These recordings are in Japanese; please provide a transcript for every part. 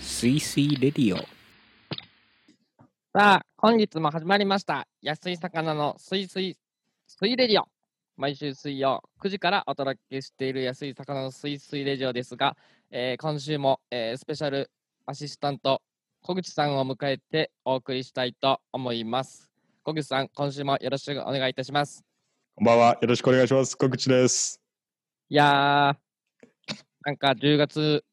スイスイレディオ。さあ、本日も始まりました。安い魚のすいすい、すいレディオ。毎週水曜9時からお届けしている安い魚のすいすいレディオですが、えー今週も、えースペシャルアシスタント、小口さんを迎えてお送りしたいと思います。小口さん、今週もよろしくお願いいたします。こんばんは。よろしくお願いします。小口です。いやー、なんか10月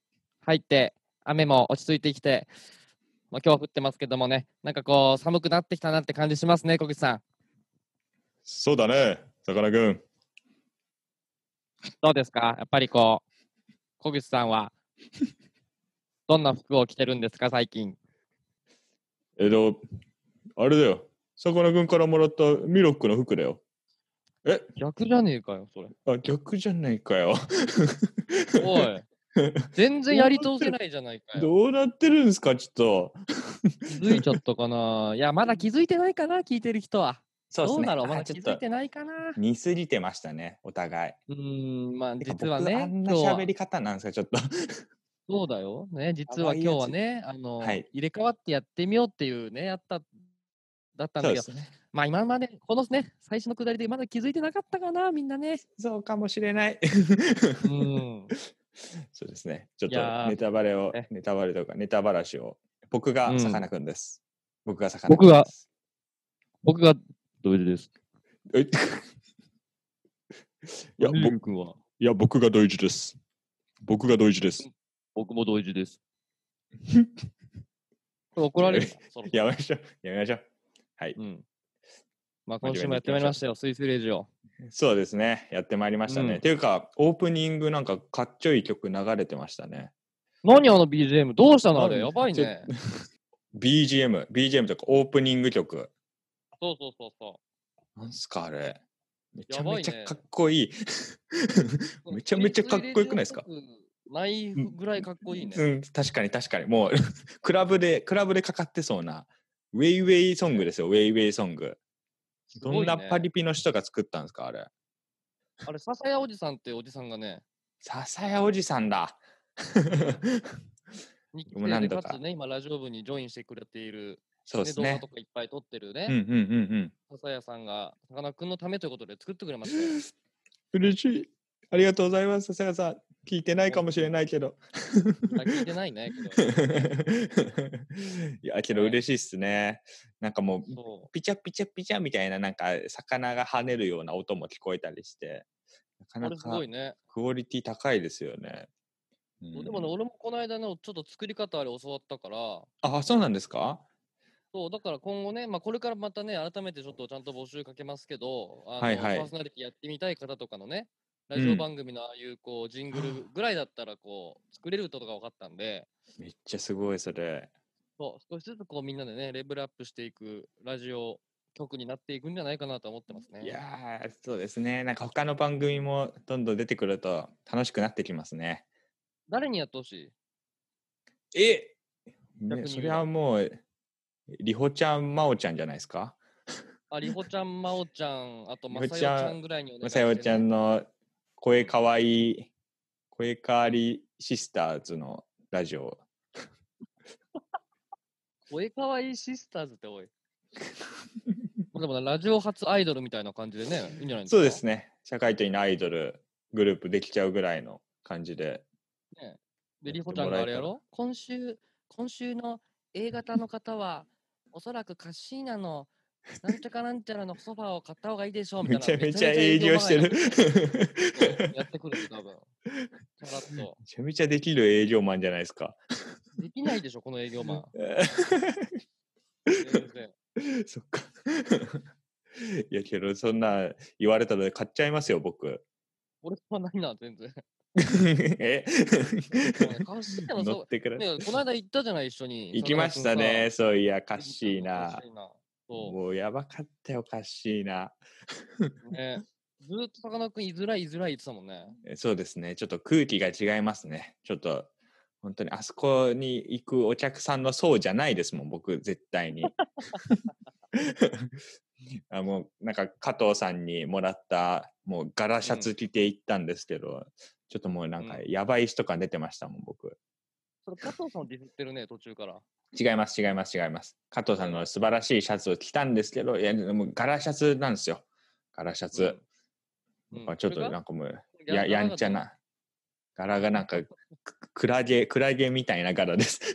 入って、雨も落ち着いてきて、まあ、今日は降ってますけどもね、なんかこう、寒くなってきたなって感じしますね、小口さん。そうだね、さかなクン。どうですかやっぱりこう、小口さんは、どんな服を着てるんですか、最近。えっと、あれだよ。さかなクンからもらったミロックの服だよ。逆じゃねえかよ、それ。あ、逆じゃないかよ。 おい。全然やり通せないじゃないかよ。どうなってるんですか、ちょっと。気づいちゃったかないや、まだ気づいてないかな聞いてる人は。そうですどねうだろうまあだ気ちょっづいとてないかな似すぎてましたね、お互い。うーん、まあてか実は僕ね、あん今な日は喋り方なんですか、ちょっと。そうだよ。ね、実やはばいや今つ日はね、あの、はい入れ替わってやってみようっていうね、やった、だったんそうだけでど、すね。まあ今まで、このね、最初のくだりでまだ気づいてなかったかなみんなね。そうかもしれない。 うん。そうですね。ちょっいやーとネタバレをね、ネタバレとか、ネタばらしを。僕うがんさかなクンです。僕がさかな僕がです。僕が、どれですえいや、ぼい君はや僕がドイツです。僕がドイツです。僕も同時 です。これ怒られるよそろそろやめましょう。やめましょう。はい。うん。まあ今週もやってまいりましたよ、スイスイレジオ。そうですね。やってまいりましたね。うんっていうか、オープニングなんかかっちょいい曲流れてましたね。何あの BGM? どうしたのあれ何やばいね。 BGM、BGM とかオープニング曲。そうそうそうそなんすか、あれ。めちやゃばいめねちゃかっこいい。う。めちゃめちゃかっこよくないですかスイスイレジオっぽくないぐらいかっこいいね。うん、確かに確かに。もう、 クラブで、クラブでかかってそうな、ウェイウェイソングですよ、ウェイウェイソング。どんなパリピの人が作ったんですか、あれ。あれ、笹谷おじさんっておじさんがね、笹谷おじさんだ。日記もで何度かかつね、今ラジオ部にジョインしてくれている、 そうです動画ねと。かいっぱい撮ってるうんうね、んうんうん。笹谷さんが、さかなクンのためということで作ってくれましたよ。嬉しい。ありがとうございます、笹谷さん。聞いてないかもしれないけど。あ聞いてないね、けど。 いや、けどね嬉しいっすね。なんかもう、そうピチャピチャピチャみたいな、なんか、魚が跳ねるような音も聞こえたりして、なあかなれすかごいね。クオリティ高いですよね。うんそうでもね、俺もこの間のちょっと作り方あれ教わったから、あ、そうなんですかそうだから今後ね、まあ、これからまたね、改めてちょっとちゃんと募集かけますけど、あのはいはいパーソナリティやってみたい方とかのね、ラジうオん番組のああいうこうジングルぐらいだったらこう作れることが分かったんで、めっちゃすごいそれ。そう少しずつこうみんなでね、レベルアップしていくラジオ曲になっていくんじゃないかなと思ってますね。いやーそうですね。なんか他の番組もどんどん出てくると楽しくなってきますね。誰にやってほしいえ逆に言うね、なそれはもう、りほちゃん、まおちゃんじゃないですか。あ、りほちゃん、まおちゃん、あとまりほさよちちゃんゃんぐらいにお願まいして、さね。よちゃんの声かわいい、声変わりシスターズのラジオ。声かわいいシスターズって 多い。まあでもなラジオ初アイドルみたいな感じでね、いいんじゃないですか。そうですね。社会的なアイドルグループできちゃうぐらいの感じで。で、やっりほちてゃんもらがえあれやたらろ今週、今週の A 型の方は、おそらくカッシーナの、なんちゃかなんちゃらのソファーを買った方がいいでしょうみたいめな。ちゃめちゃ営業してる。そうめやってくるよ、多分。さらっと。ちゃ めちゃできる営業マンじゃないですか。できないでしょ、この営業マン。全然 そっか。いやけどそんな言われたら買っちゃいますよ僕。 俺はないな、全然。えでもねカッシーナの乗ソってくファれ。ー、ね、この間行ったじゃない、一緒に。行きましたね。そういやカッシーカナッシ。ーナ。そう。もうやばかったよカッシーナ。ね、ずーっとさかなクン、いづらい、いづらい言ってたもんね。えそうですね。ちょっと空気が違いますね。ちょっと本当にあそこに行くお客さんの層じゃないですもん、僕、絶対 に。あもうなんか加藤さんにもらったもう柄シャツ着て行ったんですけど、ちょっともうなんかうやばい人感出てましたもん僕それ加藤さんをディスってるね、途中から。違います違います違います加藤さんの素晴らしいシャツを着たんですけどいやでも柄シャツなんですよ柄シャツ、うんまあ、ちょっとなそんかもうれがややんちゃ。な柄がなんかくクラゲクラゲみたいな柄です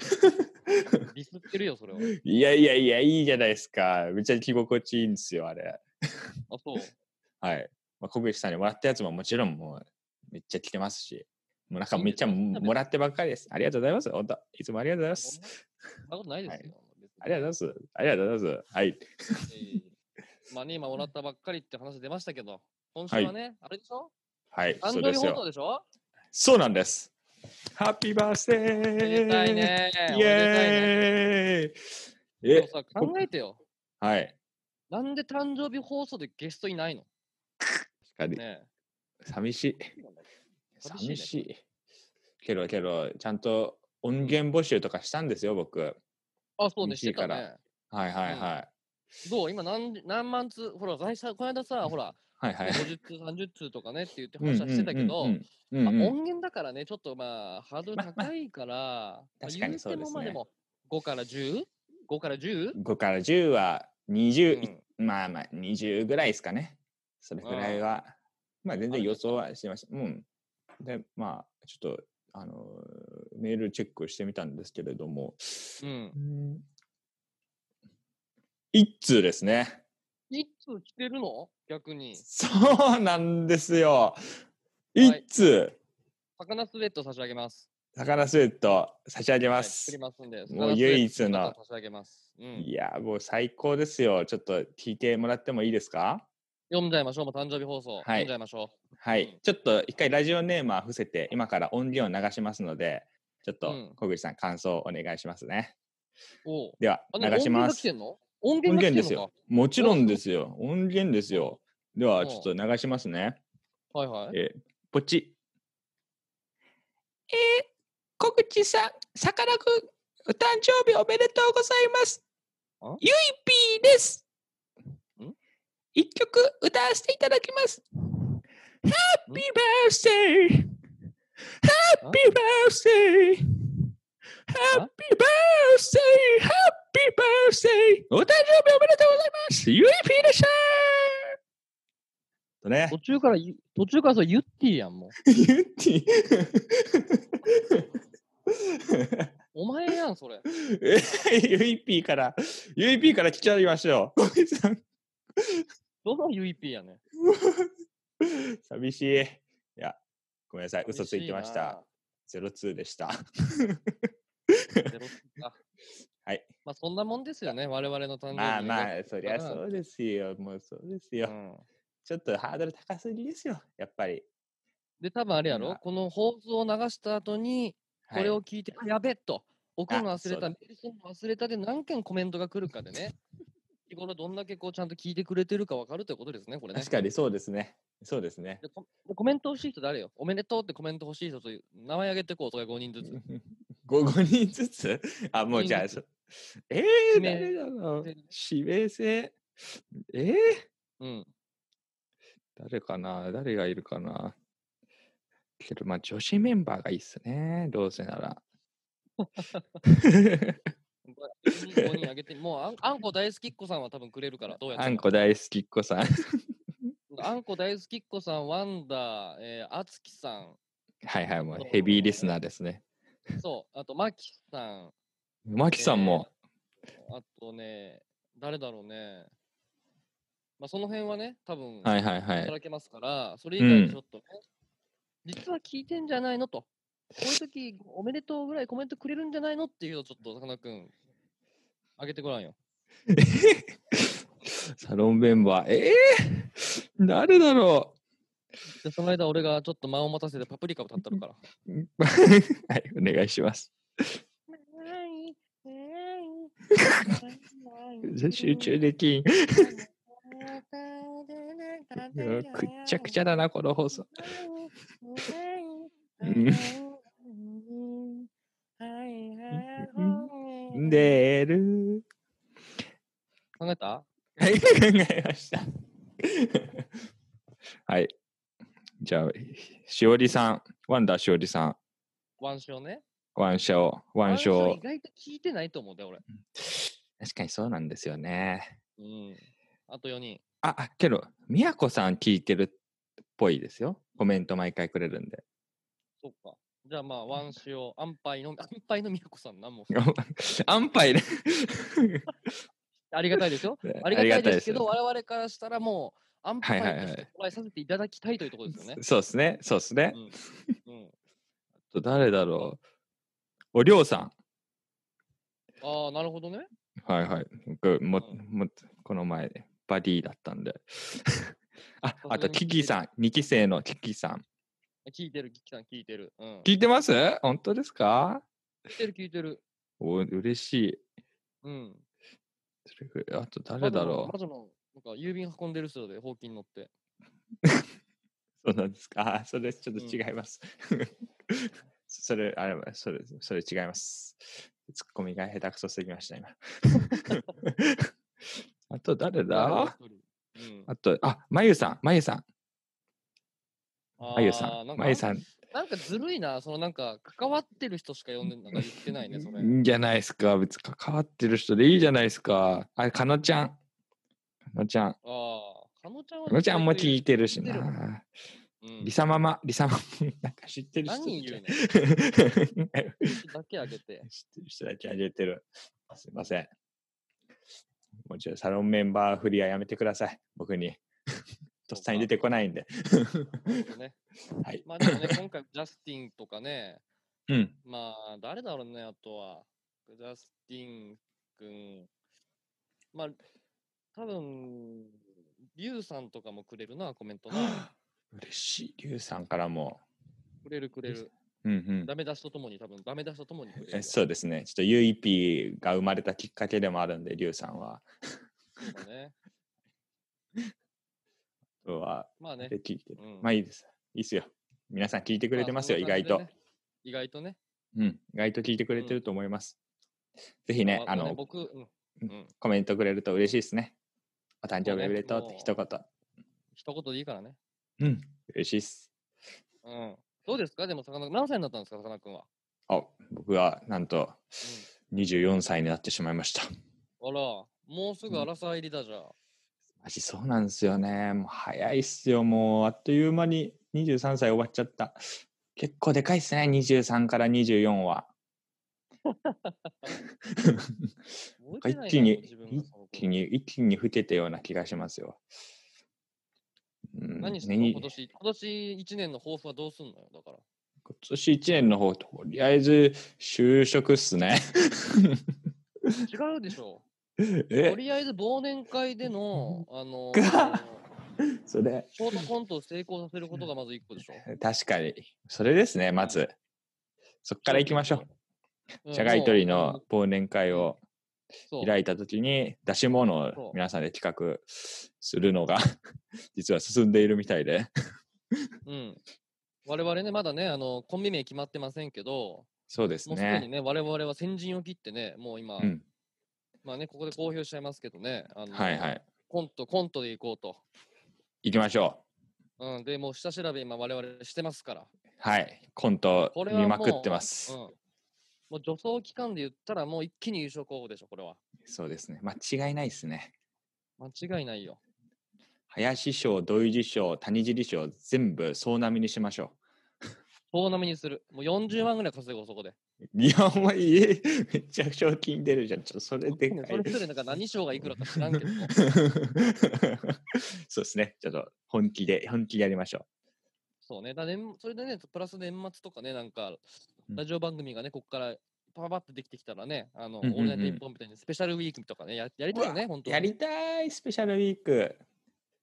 ディスってるよ、それは。いやいやいやいいじゃないですかめっちゃ着心地いいんですよあれあ、そう。はい、まあ、小口さんにもらったやつももちろんもうめっちゃ着てますしもうなんかめっちゃいいねもらってばっかりですありがとうございます本当いつもありがとうございますそんなことないですよ。ありがとうございますありがとうございますはい別 にえーまあね、今もらったばっかりって話出ましたけど、今週はね、あれでしょはい誕そう生で日す放送よでしょそうなんですハッピーバースデめでーたいね。おめでたいイね。エーイでえもさ、考えてよ。はいなんで誕生日放送でゲストいないの確かにね寂しいえ寂しいけどけどちゃんと音源募集とかしたんですよ僕はいあ、そうね、寂ししいてたからね。はいはい、うんどう今何十何万通、ほら、最初、この間さ、ほら、はいはい50通、30通とかねって言って話はしてたけど、うんうんうんまうあんうん音源だからね、ちょっとまあ、ハードルまあまあ高いから、まあ確かにそう言でうてもすまあねでも、5から 10?5 から 10? 5から10は20、まあまあ20ぐらいですかね。それぐらいは、まあ全然予想はしてました。うん。で、まあちょっと、あのーメールチェックしてみたんですけれども、うん。うん。一通ですね。いつ来てるの逆に。そうなんですよ。一通、魚スウェット差し上げます。魚スウェット差し上げはまい作すり。ますんで。も魚うスウェット唯一のまた差し上げます。うんい、や、もう最高ですよ。ちょっと聞いてもらってもいいですか読んじゃいましょう。もう誕生日放送。い読んじゃいましょはうんい、ちょっと一回ラジオネームは伏せて、今から音源を流しますので、ちょっうとん小口さん、感想をお願いしますね。う。おうでは、あ流しま音源が来てす。んの音音源が来て源でんすのよ。もちろんですよ。音源ですよ。では、ちょっと流しますね。か。はいはい。えー、ポチ。えー、小口さん、さかなクン、お誕生日おめでとうございますん。ゆいぴーですん。一曲歌わせていただきます。Happy birthday! Happy birthday! Happy birthday! Happy birthday! お誕生日おめでとうございます。ゆいぴーでしたとね途。中からゆ、途中からそう言っていいやん、もう。ユッティお前やん、それ。えユイピーから、ユイピーから来ちゃいましょう。小木さんどの UEP やねん。寂しい。いや、ごめんなさい、嘘ついてました。ゼロツーでした。 寂しいな。ゼロついたはい。まあ、そんなもんですよね、我々の誕生日。まあまあ、そりゃだなそうですよ。もうそうですよ。うんちょっとハードル高すぎですよ、やっぱり。で、多分あれやまろあ、この放送を流した後に、こはいれを聞いて、あやべっと、送るのあ忘れた、そうメールするの忘れたで何件コメントが来るかで ね、日頃どんだけこうちゃんと聞いてくれてるか分かるということですね、これね。確かにそうですね。そうですね。でココメント欲しい人誰よおめでとうってコメント欲しい人という名前あげてこう、それ5人ずつ。 5, 5人ずつあ、もうじゃ五あ、人そえ指ー、名誰だろうしてね指名制。えー、うん。誰かな誰がいるかなけど、まあ、女子メンバーがいいっすね。どうせ なら。 5人あげて、もうあん あんこ大好きっ子さんは多分くれるから、どうやってあんこ大好きっ子さん。あんこ大好きっ子さん、ワンダー、えー、あつきさん、はいはい、もうヘビーリスナーですね。そう、あと、まきさん、マキさんも、あとね、誰だろうね。まあ、その辺はね、多分、はいいはいはたい。だけますから、それ以外うんちょっとね、実は聞いてんじゃないのと。こういう時、おめでとうぐらいコメントくれるんじゃないのっていうのをちょっと、さかなクン、あげてごらんよ。サロンメンバー。えー、誰だろで、その間、俺がちょっと間を持たせてパプリカを立ったるから。うはい、お願いします。集中できん。くっちゃくちゃだな、この放送。うんでる。考えたはい、考えました。はい。じゃあ、しおりさん、ワンダーしおりさん、ワンショーね。ワンショー、ワンショー意。外と聞いてないと思うで、俺。確かにそうなんですよね。うん。あと4人。あ、あけど、みやこさん聞いてるっぽいですよ。コメント毎回くれるんで。 そっか。じゃあまあ、ワンショー、安牌の、安牌のみや こさんなんも。 安牌ね。ありがたいです よ。あありがたいですけりど、我々からしたらもう、安牌として捉えさせていただきたいというところですよねがたいです。そうですね。そうですね。うん。うん、と誰だろう。おりょうさん。ああ、なるほどね。はいはい。僕もうんもこの前、バディだったんで。 あそ、れあと、もキキさん。2期生のキキさん。聞いてる、聞きさん聞いてる。うん。聞聞いてます本当ですかいてる、聞いてる。お嬉しい。うん。それあと、誰だろまだの、なんか郵便運んでる人で、ほうきに乗って。う。そうなんですか。あ、それちょっとうん違います。 それ、あれ、それ、それ違います。ツッコミが下手くそすぎました、今。 あと、誰だ誰一人うん。あと、あ、まゆさん、まゆさん、あまゆーさなんん、かまゆさんなんかずるいな、そのなんか関わってる人しか呼んでなんか言ってないね、それ。いいんじゃないですか。別に関わってる人でいいじゃないですか。あ、かなちゃん。かなちゃん。かああ、かのちゃんは。なちゃんも聞いてるし聞いてるな。うんりさママ、りさママ、 なんか知ってる人。何人いるね 知ってるだけあげて。人だけあげてる。すいません。もうちょいサロンメンバー振りはやめてください。僕に。とっさに出てこないんで。なるほどねはい。まあでもね、今回ジャスティンとかね、うん。 まあ誰だろうね、あとは。ジャスティン君。まあ、多分リュウさんとかもくれるな、コメント な。嬉しい。りゅうさんからも。くれるくれる。うんうん。ダメ出しとともに、多分ダメ出しとともにくれるえよ。そうですね。ちょっと UEP が生まれたきっかけでもあるんで、リュウさんは。そうだね。あとは、まあね。で聞いてる。うんまあいいです。いいっすよ。皆さん聞いてくれてますよ、意まあ外と、。そんな感じでね意外とね。うん。意外と聞いてくれてると思います。ぜひね、まあまの、僕、うんうんコメントくれると嬉しいですね。お誕生そう日ねおめでとうっもてう一言。一言でいいからね。うん。嬉しいっす。うん。どうですかでも、さかな何歳になったんですか、さかなクンは。あ、僕はなんと24歳になってしまいました。あら、もうすぐ荒沢入りだじゃあ。マジそうなんですよね。もう早いっすよ。もうあっという間に23歳終わっちゃった。結構でかいっすね。23から24は。 覚えてないな一気に自分、が一その頃気に、一気に老けたような気がしますよ。うん何してねんのに今今年、今年1年の抱負はどうすんのよ、だから。年1年の方、とりあえず就職っすね。 違うでしょ。とえ、りあえず忘年会で の、あの、がそれ、 ショートコントを成功させることがまず一個でしょ。確かに。それですね、まず。そっ から行きましょう。うん社外取りの、忘年会をそう開いた時に出し物そうを皆さんで企画するのが 実は進んでいるみたいでうん。我々ね、まだね、あの、コンビ名決まってませんけど、そうですもうすでにね、ね我々は先陣を切ってね、もう今、うんまあね、ここで公表しちゃいますけどね、あのはいはいコント、コントでいこうと。行きましょうん、で、もう下調べ今我々してますから。うはいコントこれはもう見まくってまうんす。もう助走期間で言ったらもう一気に優勝候補でしょ、これは。そうですね間違いないですね間違いないよ。林賞土井寺賞谷尻賞全部総なみにしましょそうなみにする。もう40万ぐらい稼ごう、そこで。う いやお前えめっちゃ賞金出るじゃんちょっとそれでかいそれぞれなんか何賞がいくらか知らんけど。 そうですねちょっと本気で本気でやりましょうそうね。だ年それでね、プラス年末とかね、なんか、うんラジオ番組がね、ここからパパパってできてきたらね、あの、うんうんうオんールナイト一本みたいにスペシャルウィークとかね、ややりたいよね、本当にやりたいスペシャルウィーク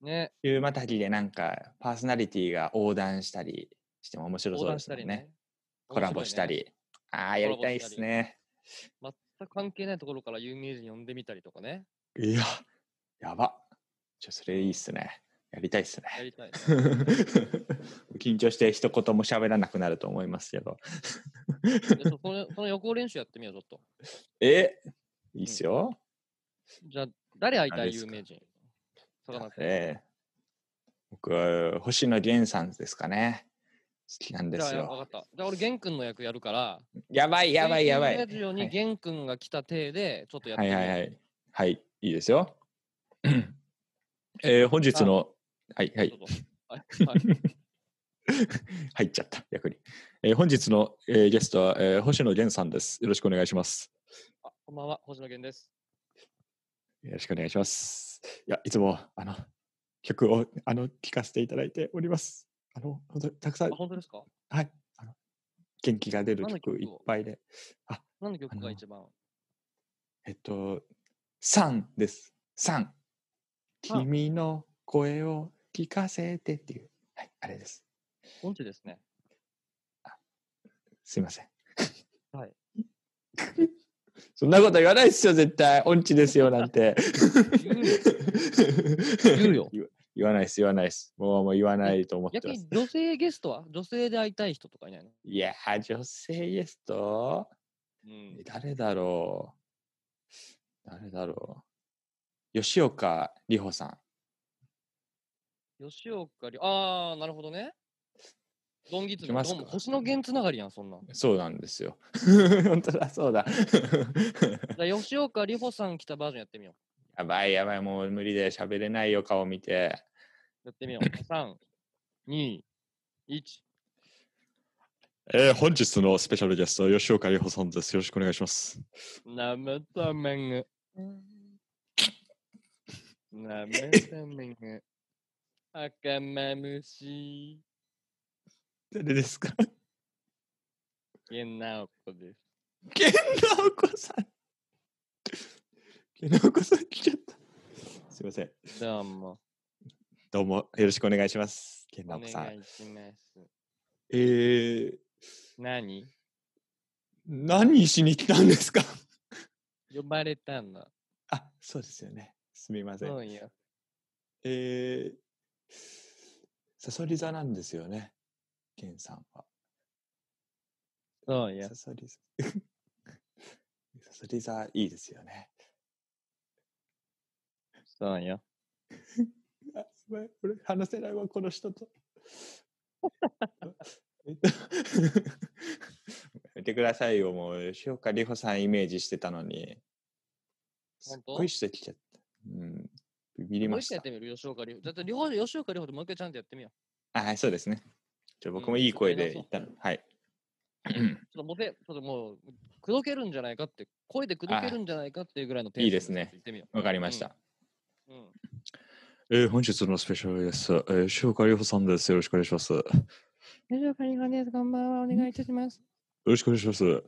ね、週またぎでなんかパーソナリティが横断したりしても面白横そうで断すしもたんねりね。コラボしたり、面ああやりたいっすね白いね。全く関係ないところから有名人呼んでみたりとかね。いややばちょそれいいっすねやりたいっすやねりた いね。緊張して一言も喋らなくなると思いますけどでそそのその予行練習やってみよう、ちょっと。えいいっすよ。じゃあ、誰会いた何いです有か名人さかなクンええ僕は星野源さんですかね。好きなんでじゃあ、す分かよ。った。じゃあ、俺、玄君の役やるから、やばいやばいやばい。ラジオはにい玄君が来た体で、ちょっとやってはみよいうはいはい。はい、いいです よ。えー、本日の、はいはいど、うぞはいはい入っちゃった、逆に。えー、本日の、えー、ゲストは、えー、星野源さんです。よろしくお願いします。あこんばんは、星野源です。よろしくお願いします。いや、いつも、あの、曲を、あの、聴かせていただいております。あの、本当にたくさんあ、、本当ですかはい、あの元気が出る何の曲いっ曲をぱいで。あ、何の曲あのが一番えっと、さんです。さん。さん君の声を聞かせてっていう。はい、あれです。音痴ですね。すいません。はい。 そんなこと言わないですよ、絶対。音痴ですよ、なんて。言うよ 言うよ言わ。 言わないです、言わないです。もうもう言わないと思って逆ますに。女性ゲストは女性で会いたい人とかいないのいや、女性ゲストうん。誰だろう誰だろう吉岡里帆さん。吉岡里、あー、なるほどね。ドンギツ来ネ、ますどかうも星野源つながりやん、そんなん。そうなんですよ。 本当だ、そうだ。 じゃあ吉岡里帆さん来たバージョンやってみよやばいやばい、もう無理で喋れないよ、顔見て。う。やってみよう。三、二、一。え本日のスペシャルゲスト、吉岡里帆さんです。よろしくお願いします。なめためんぐ。なめためんぐ。赤まむし。誰ですか げなおこです。ケンナオコさん。ケンナオコさん来ちゃった。すいません。どうも。どうもよろしくお願いします。ケンナおオコさ願ん。いします。えー、何何しに来たんですか呼ばれたんだ。 あ、そうですよね。すみません。そうよ。えー、サソリ座なんですよね。ケンさんは。そうよサ。ソリ座。 サソリ座いいですよね。そうよ。あ、すごい。俺、話せないわ、この人と。 えっと見てくださいよ、もう、吉岡里帆さんイメージしてたのに。すっ本当ごいしてきちゃった。うん。ビビりもうま一し回やっ。たてみる、吉岡里帆。だって両方、吉岡里帆でもう一回ちゃんとやってみよあ、はい、そうですね。ちょ僕もうんいい声でちょ言っっとたの。 はい。う。ちょっとモテ、ちょっともう、くどけるんじゃないかって、声でくどけるんじゃないかっていうぐらいのテンションいいですちょっねと言ってみよわかりました。う。うん。えー本日のスペシャルです。えー、吉岡里帆さんです。よろしくお願いします。よ吉岡里帆です。こんばんは。お願いいたします。ろしくお願いします。え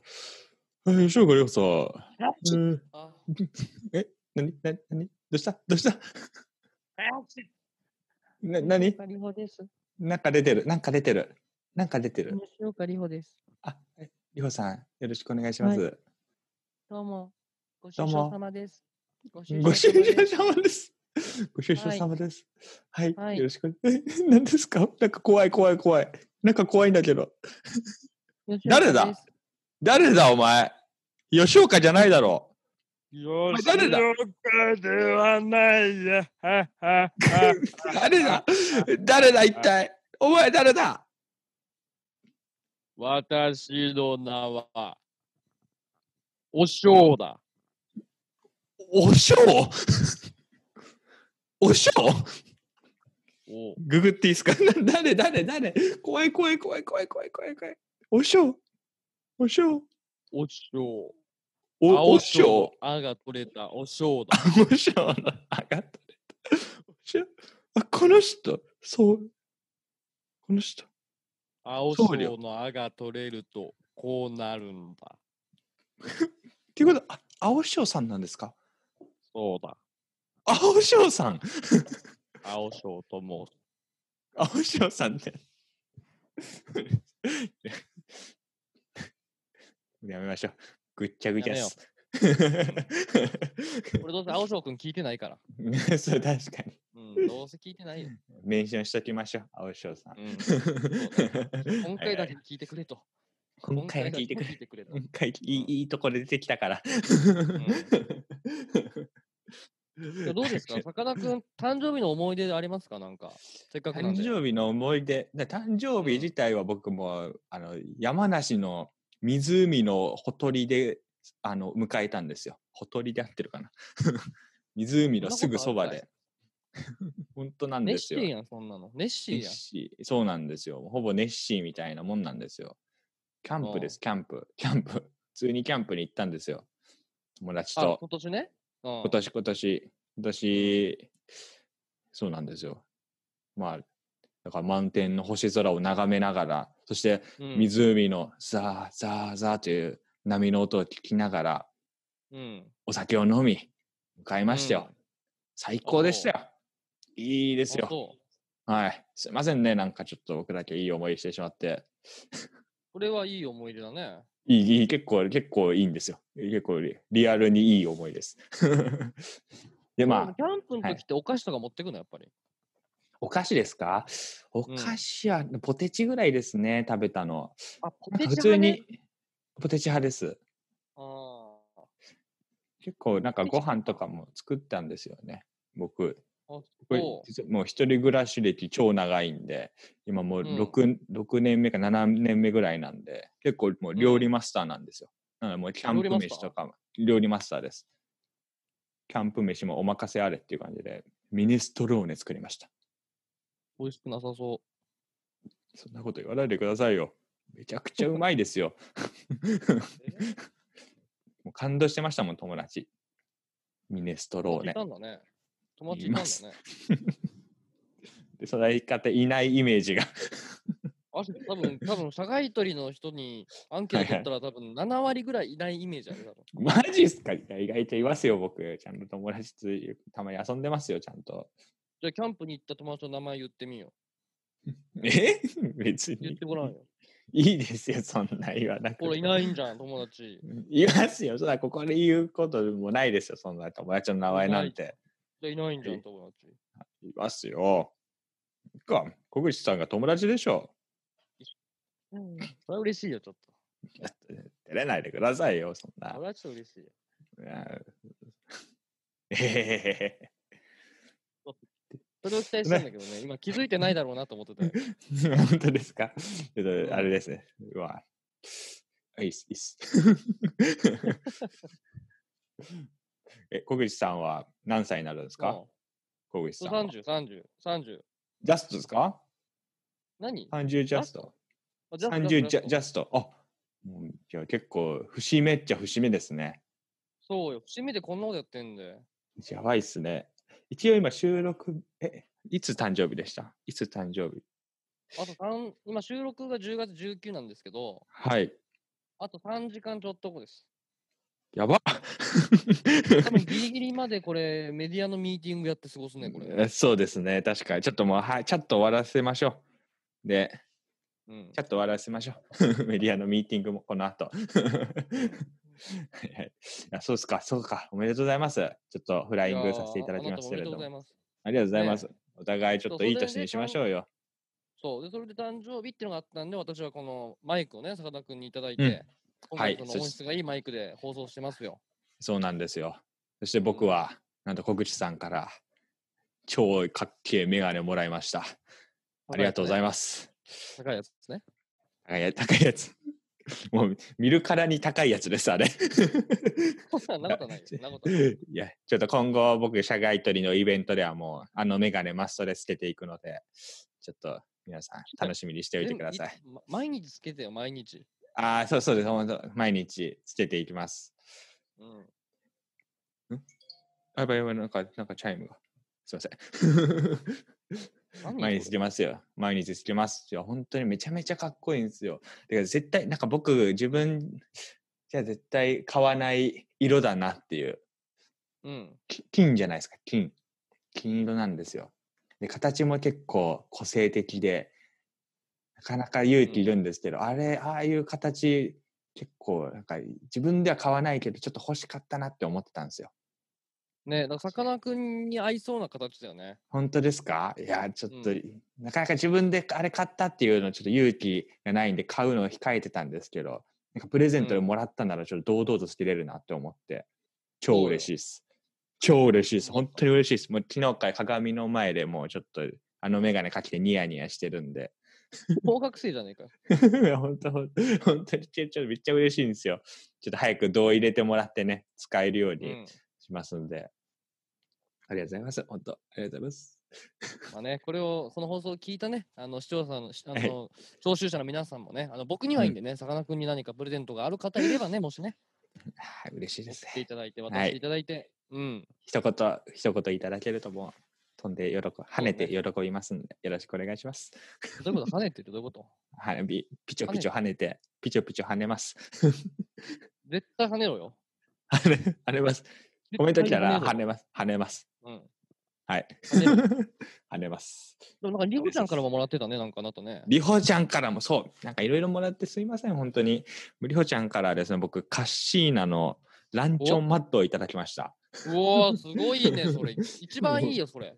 ー、吉岡里帆さん。あえーあ、何何何どうしたどうしたあな何吉岡里帆です。なんか出てる。なんか出てる。なんか出てる。吉岡里帆です。あ、え里帆さん、よろしくお願いします。どうも。ごど愁うも傷様です。ご愁ご出社です様です。ご出社様です。はい、はいよろしく。 え何ですかなんか怖い怖い怖い。なんか怖いんだけど。吉岡誰だです誰だお前。吉岡じゃないだろう。吉誰だ岡ではないや。ははは誰だ誰だ一体お前誰だ私の名は、おうだ。おしょうおしょうおググっていいですかな誰誰誰怖い怖い怖い怖い怖い怖い怖い。おしょうおしょうおしょう。おおしょあが取れたおしょうだ。うおしょうのあがったおしょうあ、この人そう。この人。青僧侶うのあが取れると、こうなるんだ。っていうこと、あ、青しょうさんなんですかそうだ。青しょうさん青うと申す。青しょうさんって。 やめましょう。ぐっちゃぐちゃっす。俺どうせ青うくん聞いてないから。 そう、確かに。うん、どうせ聞いてないよ。メンションしときましょう、青翔さんう。ん、今 今回だけ聞いてくれと。今回は聞いてくれ。れ。くれた今回いいいいとこで出てきたから。 どうですかさかなクン、誕生日の思い出ありますかなんか。せっかくなん誕で。生日の思い出。だ誕生日自体は僕も、あの山梨の湖のほとりであの迎えたんですよ。ほとりで合ってるかな。 湖のすぐそばで。 本当なんネッでシすよ。ーやん、そんなの。ネッシネーッやん。シーそうなんですよ。ほぼネッシーみたいなもんなんですよ。キャンプです、キャンプ。キャンプ。普通にキャンプに行ったんですよ。友達あ、と。今年ね。今今年、今年、今年、そうなんですよ。まあ、だから満天の星空を眺めながら、そして水。湖のザーザーザーという波の音を聞きながら、うん。お酒を飲み、向かいましたよ。う最高でしたよ。いいですよあ。そうはい。すいませんね。なんかちょっと僕だけいい思いしてしまって。これはいい思い出だね。いい、いい、結構、結構いいんですよ。結構リリアルにいい思いです。 で、まあ、キャンプのはい時ってお菓子とか持ってくの、やっぱり。お菓子ですかおうん菓子は、ポテチぐらいですね、食べたの。あ、ポなんテかチ普通に、ポテチ派です。派ね。あ結構、なんかご飯とかも作ったんですよね。僕、ーあこれそう実はもう一人暮らし歴超長いんで、今もううん 6,、六年目か7年目ぐらいなんで、結構もう料理マスターなんですよ。なのでもうキャンプ料理マスター飯とかも、料理マスターです。キャンプ飯もお任せあれっていう感じで、ミネストローネ作りました。美味しくなさそそんなこと言わないでくださいよ。めちゃくちゃうまいですよ。もう感動してましたもん、友達。ミネストロう。ーいネた。んだね。友達いたんだね。で、その相方いないイメージが。 あ、多分、多分、社外取りの人にアンケート取ったら多分7割ぐらいいないイメージあるだろう。マジっすかいや意外といますよ、僕。ちゃんと友達というたまに遊んでますよ、ちゃんと。じゃあ、キャンプに行った友達の名前言ってみよう。え別言っにて。ご らんよ。いいですよ、そんな言わなくて。ほら、いないんじゃん、友達。いますよ、そんなここで言うこともないですよ、そんな友達の名前なんて。じゃあ、いないんじゃん、友達。いますよ。か、小口さんが友達でしょ。それは嬉しいよ、ちょっいや 照れないでくださいよ、そんと。なそれ。はちょっと嬉しいよ。いやえへへへへ。それを期待したんだけどね、今気づいてないだろうなと思ってた よ。 本当ですかちょっとあれですね。うわ。いいっす、いいっす。 え、小口さんは何歳になるんですかも小口うさんは。 30、30、30。ジャストですか何 ?30 ジャスト。あジャスト30ジジャストャジャスト。あうんいや結構、節目っちゃ節目ですね。そうよ。節目でこんなことやってんで。やばいっすね。一応今収録、え、いつ誕生日でしたいつ誕生日あと3、今収録が10月19なんですけど、はい。あと3時間ちょっと後です。やば多分ギリギリまでこれ、メディアのミーティングやって過ごすね、これ。え そうですね、確かに。ちょっともう、はい、ちょっと終わらせましょう。で、うんちょっと終わらせましょう。 メディアのミーティングもこの後。 はいはいいやそうですか、そうか。おめでとうございます。ちょっとフ ライングさせていただきますけれどいやーあなたもおめでとうございも。ます。ありがとうございます。ねお互いちょっといいそう年にしましょうよ。そう。で、それで誕生日っていうのがあったんで、私はこのマイクをね、坂田君にいただいて、うん今は回いそのそし音質がいいマイクで放送してますよ。そうなんですよ。そして僕は、なんと小口さんから、超かっけえメガネもらいました。ありがとうございまます。す。高いやつですね。高いや 高いやつ。もう見るからに高いやつです、あれ。そんなことないよ。そんなことないいや、ちょっと今後僕、社外取りのイベントではもう、あのメガネマストでつけていくので、ちょっと皆さん楽しみにしておいてください。全部ま毎日つけてよ、毎日。ああ、そうそうです。本当毎日つけていきます。うん。あやばいやばい、なんか、なんかチャイムが。すいません。何毎日つけますよ。毎日つけます。いや、本当にめちゃめちゃかっこいいんですよ。だから絶対、なんか僕、自分じゃ絶対買わない色だなっていう。うん。き金じゃないですか金金色なんですよで形も結構個性的でなかなか勇気いるんですけど、あれああいう形結構なんか自分では買わないけどちょっと欲しかったなって思ってたんですよね、だからさかなクンに合いそうな形だよね。本当ですかいや、ちょっと、うなかなか自分であれ買ったっていうのちょっと勇気がないんで買うのを控えてたんですけど、なんかプレゼントでもらったならちょっと堂々と捨てれるなって思って、超嬉しいです。超嬉しいです。本当に嬉しいです。もう昨日から鏡の前でもうちょっとあの眼鏡かけてニヤニヤしてるんで。 高学生じゃねえかよ。いや本当、本当本当にちょちょめっちゃ嬉しいんですよ。ちょっと早く胴入れてもらってね、使えるよううにん。しますんで。ありがとうございます。本当、ありがとうございます。 まあね、これを、その放送を聞いたね、あの視聴者の、しあはいの聴衆者の皆さんもね、あの僕にはいいんでね、さかなクンに何かプレゼントがある方いればね、もしね、あー嬉しいです送ってねい。ただいて、い渡していただいて、うん。一言、一言いただけるともう飛んで喜ぶ、跳ねて喜びますんで、よろしくお願いします。どういうこと跳ねてるってどういうことはびピチョピチョ跳ねて、ピチョピチョ跳ねます。絶対跳ねろよ。跳ね跳ね ます。コメント来たら絶対跳ねます。跳ねます。ろよ。うん。はい。跳ね跳ねます。でもなんか、りこちゃんからももらってたね、なんかあなた ね。りほちゃんからもそう、なんかいろいろもらってすいません、本当に。りほちゃんからですね、僕、カッシーナのランチョンマットをいただきました。 うおー、すごいね、それ。一番 いいよ、それ。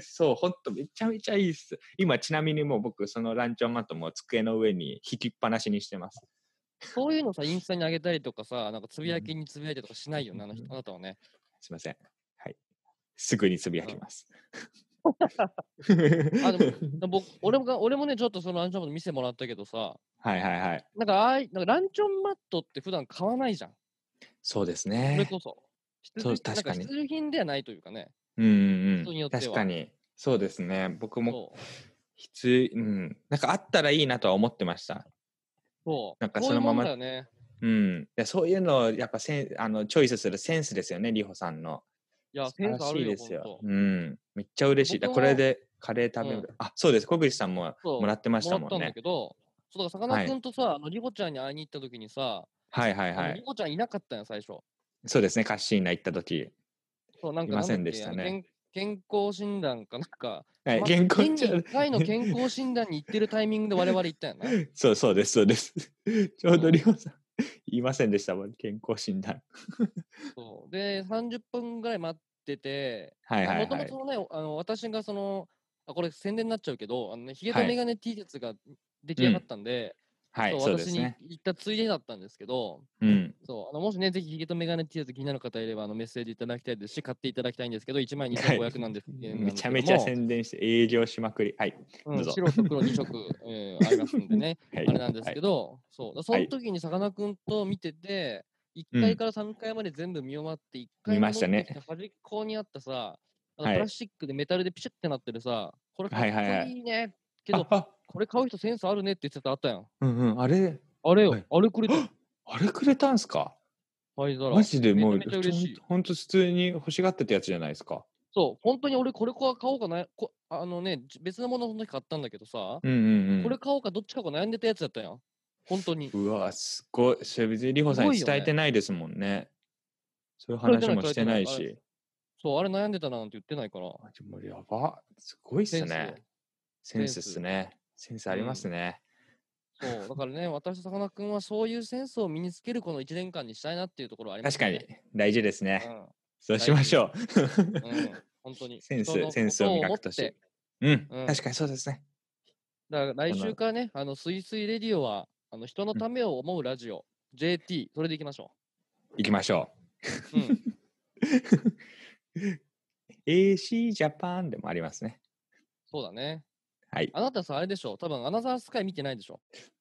そう、ほんとめちゃめちゃいいっす。今、ちなみにもう僕、そのランチョンマットも机の上に引きっぱなしにしてます。そういうのさ、インスタに上げたりとかさ、なんかつぶやきにつぶやいてとかしないよね、あの人あなたはね。すいません。はい。すぐにつぶやきます。 あでで僕俺もが俺もね、ちょっとそのランチョンマット見せてもらったけどさ、 はいはいはい。なんかああいなんかランチョンマットって普段買わないじゃん、そうですそれね。こそ。必需そうなん確かに必需品ではないというかね。うんうん人にうよん。っては確かに。そうですね。僕もそう。必要、うん。なんかあったらいいなとは思ってました。そうなんかこうそのままいうもんだよね。うん。でそういうのをやっぱせんあのチョイスするセンスですよね、リホさんの。いや、素晴センらスあしるいよ、ですほんよと。。うん。めっちゃ嬉しい。だ僕こもれでカレー食べる。あ、そうです。小口さんもそうもらってましたももらったんんだね。けど、そうだからさかはないクンとさ、あのリコちゃんに会いに行った時にさ、はいはいはあのリい。コちゃんいなかったよ、最初。そうですね、カッシーナ行った時。そう、なんかいなんだっけませんでしたねあの健健康診断かなんか、はい、ま健康年にちゃん1回の健康診断に行ってるタイミングで我々行ったよ な。そうそうです、そうです。 ちょううどんリオさん、 言いませんでしたもん、健康 診断。そうで、30分ぐらい待ってて、はいはもいとはもい。とね、あの私がその、あこれ宣伝になっちゃうけど、あのね、ヒゲとはいメガネ T シャツが出来上がったんで、はい、そそううで私すにね。行ったついでだったんですけど、うん。そうあのもしね、ぜひヒゲとメガネ T シャツ気になる方いればあのメッセージいただきたいですし、買っていただきたいんですけど、1万2500なんですけども。 めちゃめちゃ宣伝して営業しまくり。はい。うんどうぞ白と黒2色、 えーありますんでね、はい、あれなんですけど。ど、そうだそはのい時にさかなクンと見てて、1うん階から3階まで全部見終わって、1階見ましたね戻ってきて端っこにあったさ、あのはいプラスチックでメタルでピシュってなってるさ、これかっこはいはいはいいいね。けはどい、、ああこれ買う人センスあるねって言ってたあったやん。うんうん、あれ、あれよ、はいあれくれた。あれくれたんすかはい、だらマジでもう、めちゃめちゃ嬉しい。ほんと普通に欲しがってたやつじゃないですか。そう、本当に俺これ買おうかな、こあのね、じ別のものその時買ったんだけどさ、うんうんうん。これ買おうかどっちかか悩んでたやつだったやん。本当に。うわ、すごい。それ別にリホさんにすごいよ伝ねえてないですもんね。そういう伝えてな話いもしてな伝えいてないし。そう、あれ悩んでたなんて言ってないから。あでもやば。すごいっすね。センセスっンスすね。センスありますね。センスをそう、だからね、私とさかなクンはそういうセンスを身につけるこの1年間にしたいなっていうところはあります確かに。大事ですね。そう大しましょうん、うん、本当う。に。センス人の、センスを磨くとして。うんうん、確かにそうですね。だから来その週からね、あの、スイスイレディオは、あの人のためを思うラジオ、JT、それでいきましょ行きましょう。 うん、う。AC ジャパンでもありますね。そうだね。はい。あなたさ、あれでしょ、多分アナザースカイ見てないでしょ。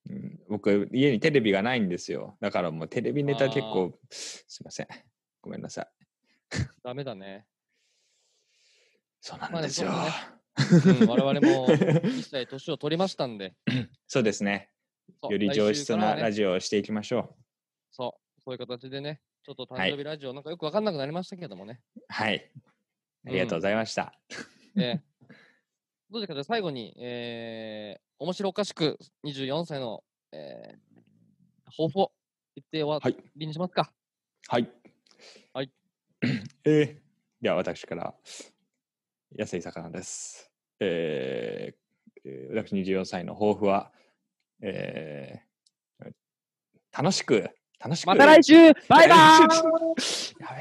うん僕、家にテレビがないんですよ。だからもうテレビネタ結構、すいません。ごめんなさい。ダメだね。そうなまあでもんですよ。うん、我々も一切年を取りましたん で。そうですね。そうより上質来週かなラらはねジオをしていきましょう。そう、そういう形でね、ちょっと誕はい生日ラジオなんかよくわかんなくなりましたけどもね。はい。ありがとうございました。えーどうですか、じゃあ最後に、えー、面白おかしく24歳の、えー、抱負を言って終わりにしますか。はい。はい。 えー、では私から、安井魚です。えーえー、私24歳の抱負は、えー、楽しく、楽しく。また来週バイバーイやべ